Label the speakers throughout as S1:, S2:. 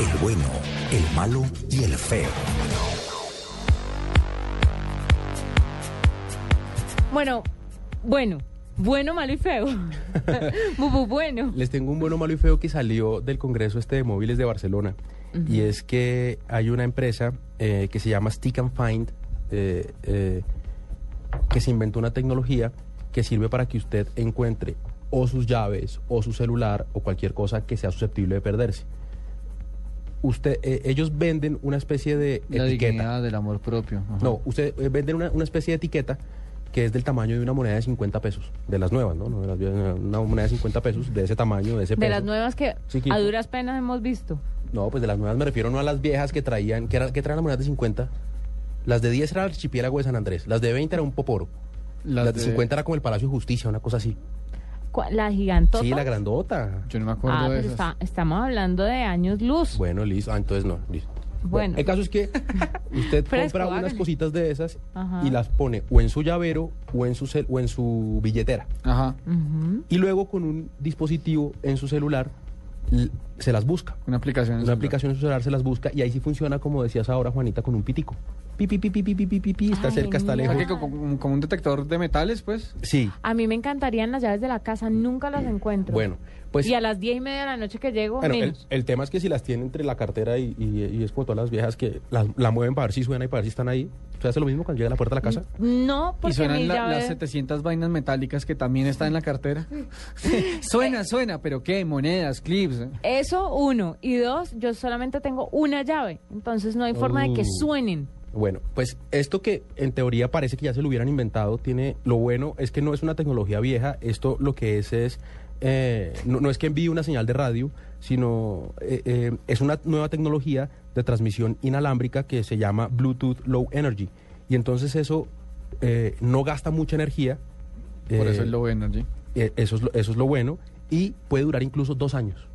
S1: el bueno, el malo y el feo.
S2: Bueno, bueno, bueno, malo y feo. Bu- bu- bueno.
S3: Les tengo un bueno, malo y feo que salió del Congreso este de Móviles de Barcelona. Y es que hay una empresa eh, que se llama Stick and Find, eh, eh, que se inventó una tecnología que sirve para que usted encuentre o sus llaves, o su celular, o cualquier cosa que sea susceptible de perderse. Usted, eh, ellos venden una especie de
S4: La
S3: etiqueta.
S4: dignidad del amor propio. ajá.
S3: No, usted eh, venden una, una especie de etiqueta que es del tamaño de una moneda de 50 pesos, de las nuevas, ¿no? No de las viejas, Una moneda de 50 pesos, de ese tamaño, de ese peso.
S2: De las nuevas que
S3: Chiquito.
S2: a duras penas hemos visto.
S3: No, pues de las nuevas me refiero no a las viejas que traían, que, era, que traían las monedas de 50. Las de 10 era el archipiélago de San Andrés, las de 20 era un poporo. Las, de 50 era como el Palacio de Justicia, una cosa así.
S2: ¿Cu- La gigantota.
S3: Sí, la grandota.
S4: Yo no me acuerdo
S2: Ah,
S4: de
S2: pero
S4: esas.
S2: está- estamos hablando de años luz.
S3: Bueno, listo. Ah, entonces no, listo.
S2: Bueno.
S3: el caso es que usted
S2: Fresco,
S3: compra unas
S2: hágale.
S3: cositas de esas
S2: Ajá.
S3: y las pone o en su llavero o en su, cel- o en su billetera.
S4: Ajá.
S2: Ujú.
S3: y luego con un dispositivo en su celular l- se las busca.
S4: Una aplicación. en
S3: Una
S4: celular.
S3: aplicación en su celular se las busca y ahí sí funciona como decías ahora Juanita con un pitico. Pi pi pi pi pi pi pi, pi, pi, está
S2: Ay,
S3: cerca, está
S4: O sea,
S3: lejos.
S4: que co- como, como un detector de metales, pues.
S3: Sí.
S2: A mí me encantarían las llaves de la casa, nunca las encuentro.
S3: Bueno, pues
S2: y a las diez y media de la noche que llego,
S3: bueno, el,
S2: menos.
S3: el tema es que si las tiene entre la cartera y, y- y es como todas las viejas que las- la mueven para ver si suena y para ver si están ahí. ¿Usted hace lo mismo cuando llega a la puerta
S2: Mm.
S3: de la casa?
S2: No,
S4: Y
S2: porque mis
S4: suenan la- las
S2: llaves.
S4: 700 vainas metálicas que también están en la cartera. suena, suena, pero ¿qué? Monedas, clips. eh.
S2: Eso, uno. Y dos, yo solamente tengo una llave. Entonces no hay forma de que
S3: Uh.
S2: suenen.
S3: Bueno, pues esto que en teoría parece que ya se lo hubieran inventado, tiene lo bueno es que no es una tecnología vieja, esto lo que es es, eh, no, no es que envíe una señal de radio, sino eh, eh, es una nueva tecnología de transmisión inalámbrica que se llama Bluetooth Low Energy. Y entonces eso eh, no gasta mucha energía.
S4: Por
S3: eh,
S4: eso es lo bueno, allí.
S3: eh, eso, es lo, eso es lo bueno y puede durar incluso dos años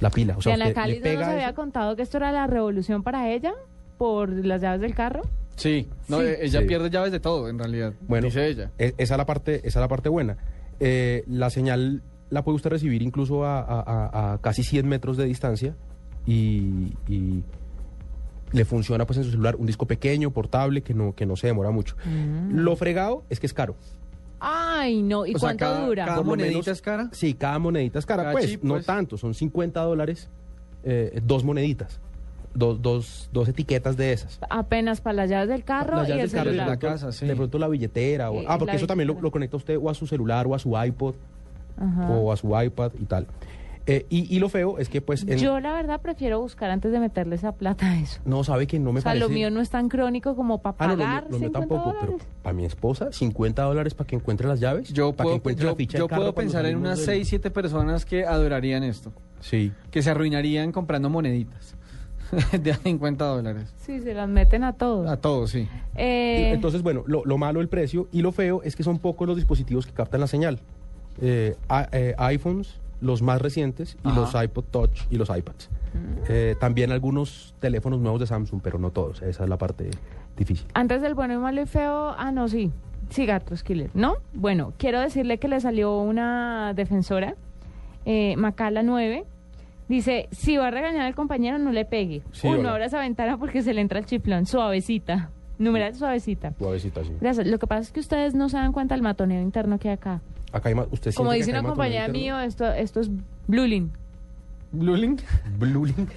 S3: la pila. O sea,
S2: Diana
S3: usted le
S2: Cálida nos
S3: pega
S2: había
S3: eso.
S2: contado que esto era la revolución para ella por las llaves del carro.
S4: Sí. No,
S2: Sí.
S4: eh, ella
S3: Sí.
S4: pierde llaves de todo, en realidad.
S3: Bueno,
S4: dice ella.
S3: e- Esa es la parte, esa es la parte buena. Eh, la señal la puede usted recibir incluso a, a- a- a casi 100 metros de distancia y, y le funciona pues en su celular un disco pequeño, portable, que no, que no se demora mucho.
S4: Mm.
S3: Lo fregado es que es caro.
S2: Ay, no. ¿Y
S4: O sea,
S2: cuánto
S4: cada-
S2: dura?
S4: cada-
S3: Por lo
S4: monedita es cara?
S3: Sí, cada monedita es cara.
S4: Cada
S3: pues,
S4: chip,
S3: no
S4: pues.
S3: tanto, son 50 dólares, eh, dos moneditas, dos, dos, dos etiquetas de esas.
S2: Apenas para las llaves del carro
S3: Las
S2: y el
S3: llaves del carro y de
S2: celular.
S4: la
S3: pronto-
S4: casa, sí.
S3: De pronto la billetera. o-
S2: Eh,
S3: ah, porque
S2: la
S3: eso también lo,
S2: billetera.
S3: lo conecta usted o a su celular o a su iPod
S2: Ajá.
S3: o a su iPad y tal. Eh, y, y lo feo es que pues... en-
S2: Yo la verdad prefiero buscar antes de meterle esa plata a eso.
S3: No, sabe que no me
S2: o sea,
S3: parece...
S2: lo mío no es tan crónico como para
S3: Ah, no,
S2: pagar
S3: lo mío, lo mío
S2: 50
S3: tampoco,
S2: dólares.
S3: pero para mi esposa, 50 dólares para que encuentre las llaves,
S4: Yo
S3: para que
S4: puedo,
S3: encuentre
S4: yo,
S3: la ficha
S4: yo
S3: del carro
S4: puedo
S3: cuando
S4: pensar en
S3: salimos
S4: unas
S3: del-
S4: 6, 7 personas que adorarían esto.
S3: Sí.
S4: Que se arruinarían comprando moneditas de 50 dólares.
S2: Sí, se las meten a todos.
S4: A todos, sí.
S2: Eh,
S3: Ah, Entonces, bueno, lo, lo malo el precio y lo feo es que son pocos los dispositivos que captan la señal. Eh, a- eh, iPhones, los más recientes, y
S4: Ajá.
S3: los iPod Touch y los iPads.
S2: Mm.
S3: Eh, también algunos teléfonos nuevos de Samsung, pero no todos. Esa es la parte difícil.
S2: Antes del bueno y malo y feo, ah, no, sí. Sí, gatos killer. ¿No? Bueno, quiero decirle que le salió una defensora, eh, Macala 9. Dice, si va a regañar al compañero, no le pegue.
S3: Sí,
S2: Uy, no
S3: hola.
S2: abra esa ventana porque se le entra el chiflón. Suavecita. Numeral suavecita.
S3: Suavecita, sí.
S2: Gracias. Lo que pasa es que ustedes no se dan cuenta del matoneo interno que hay acá.
S3: Acá hay más. Usted
S2: Como
S3: siente Pues que
S2: dice
S3: acá hay
S2: una
S3: más
S2: compañera
S3: tonelita,
S2: mío, esto, esto es bluling.
S4: Bluling.
S3: ¿no? Blue Link.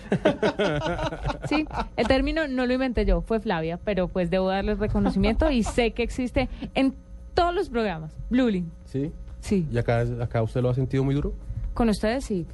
S2: Sí, el término no lo inventé yo, fue Flavia, pero pues debo darles reconocimiento y sé que existe en todos los programas. Bluling.
S3: Sí.
S2: Sí.
S3: ¿Y acá, acá usted lo ha sentido muy duro?
S2: Con ustedes sí.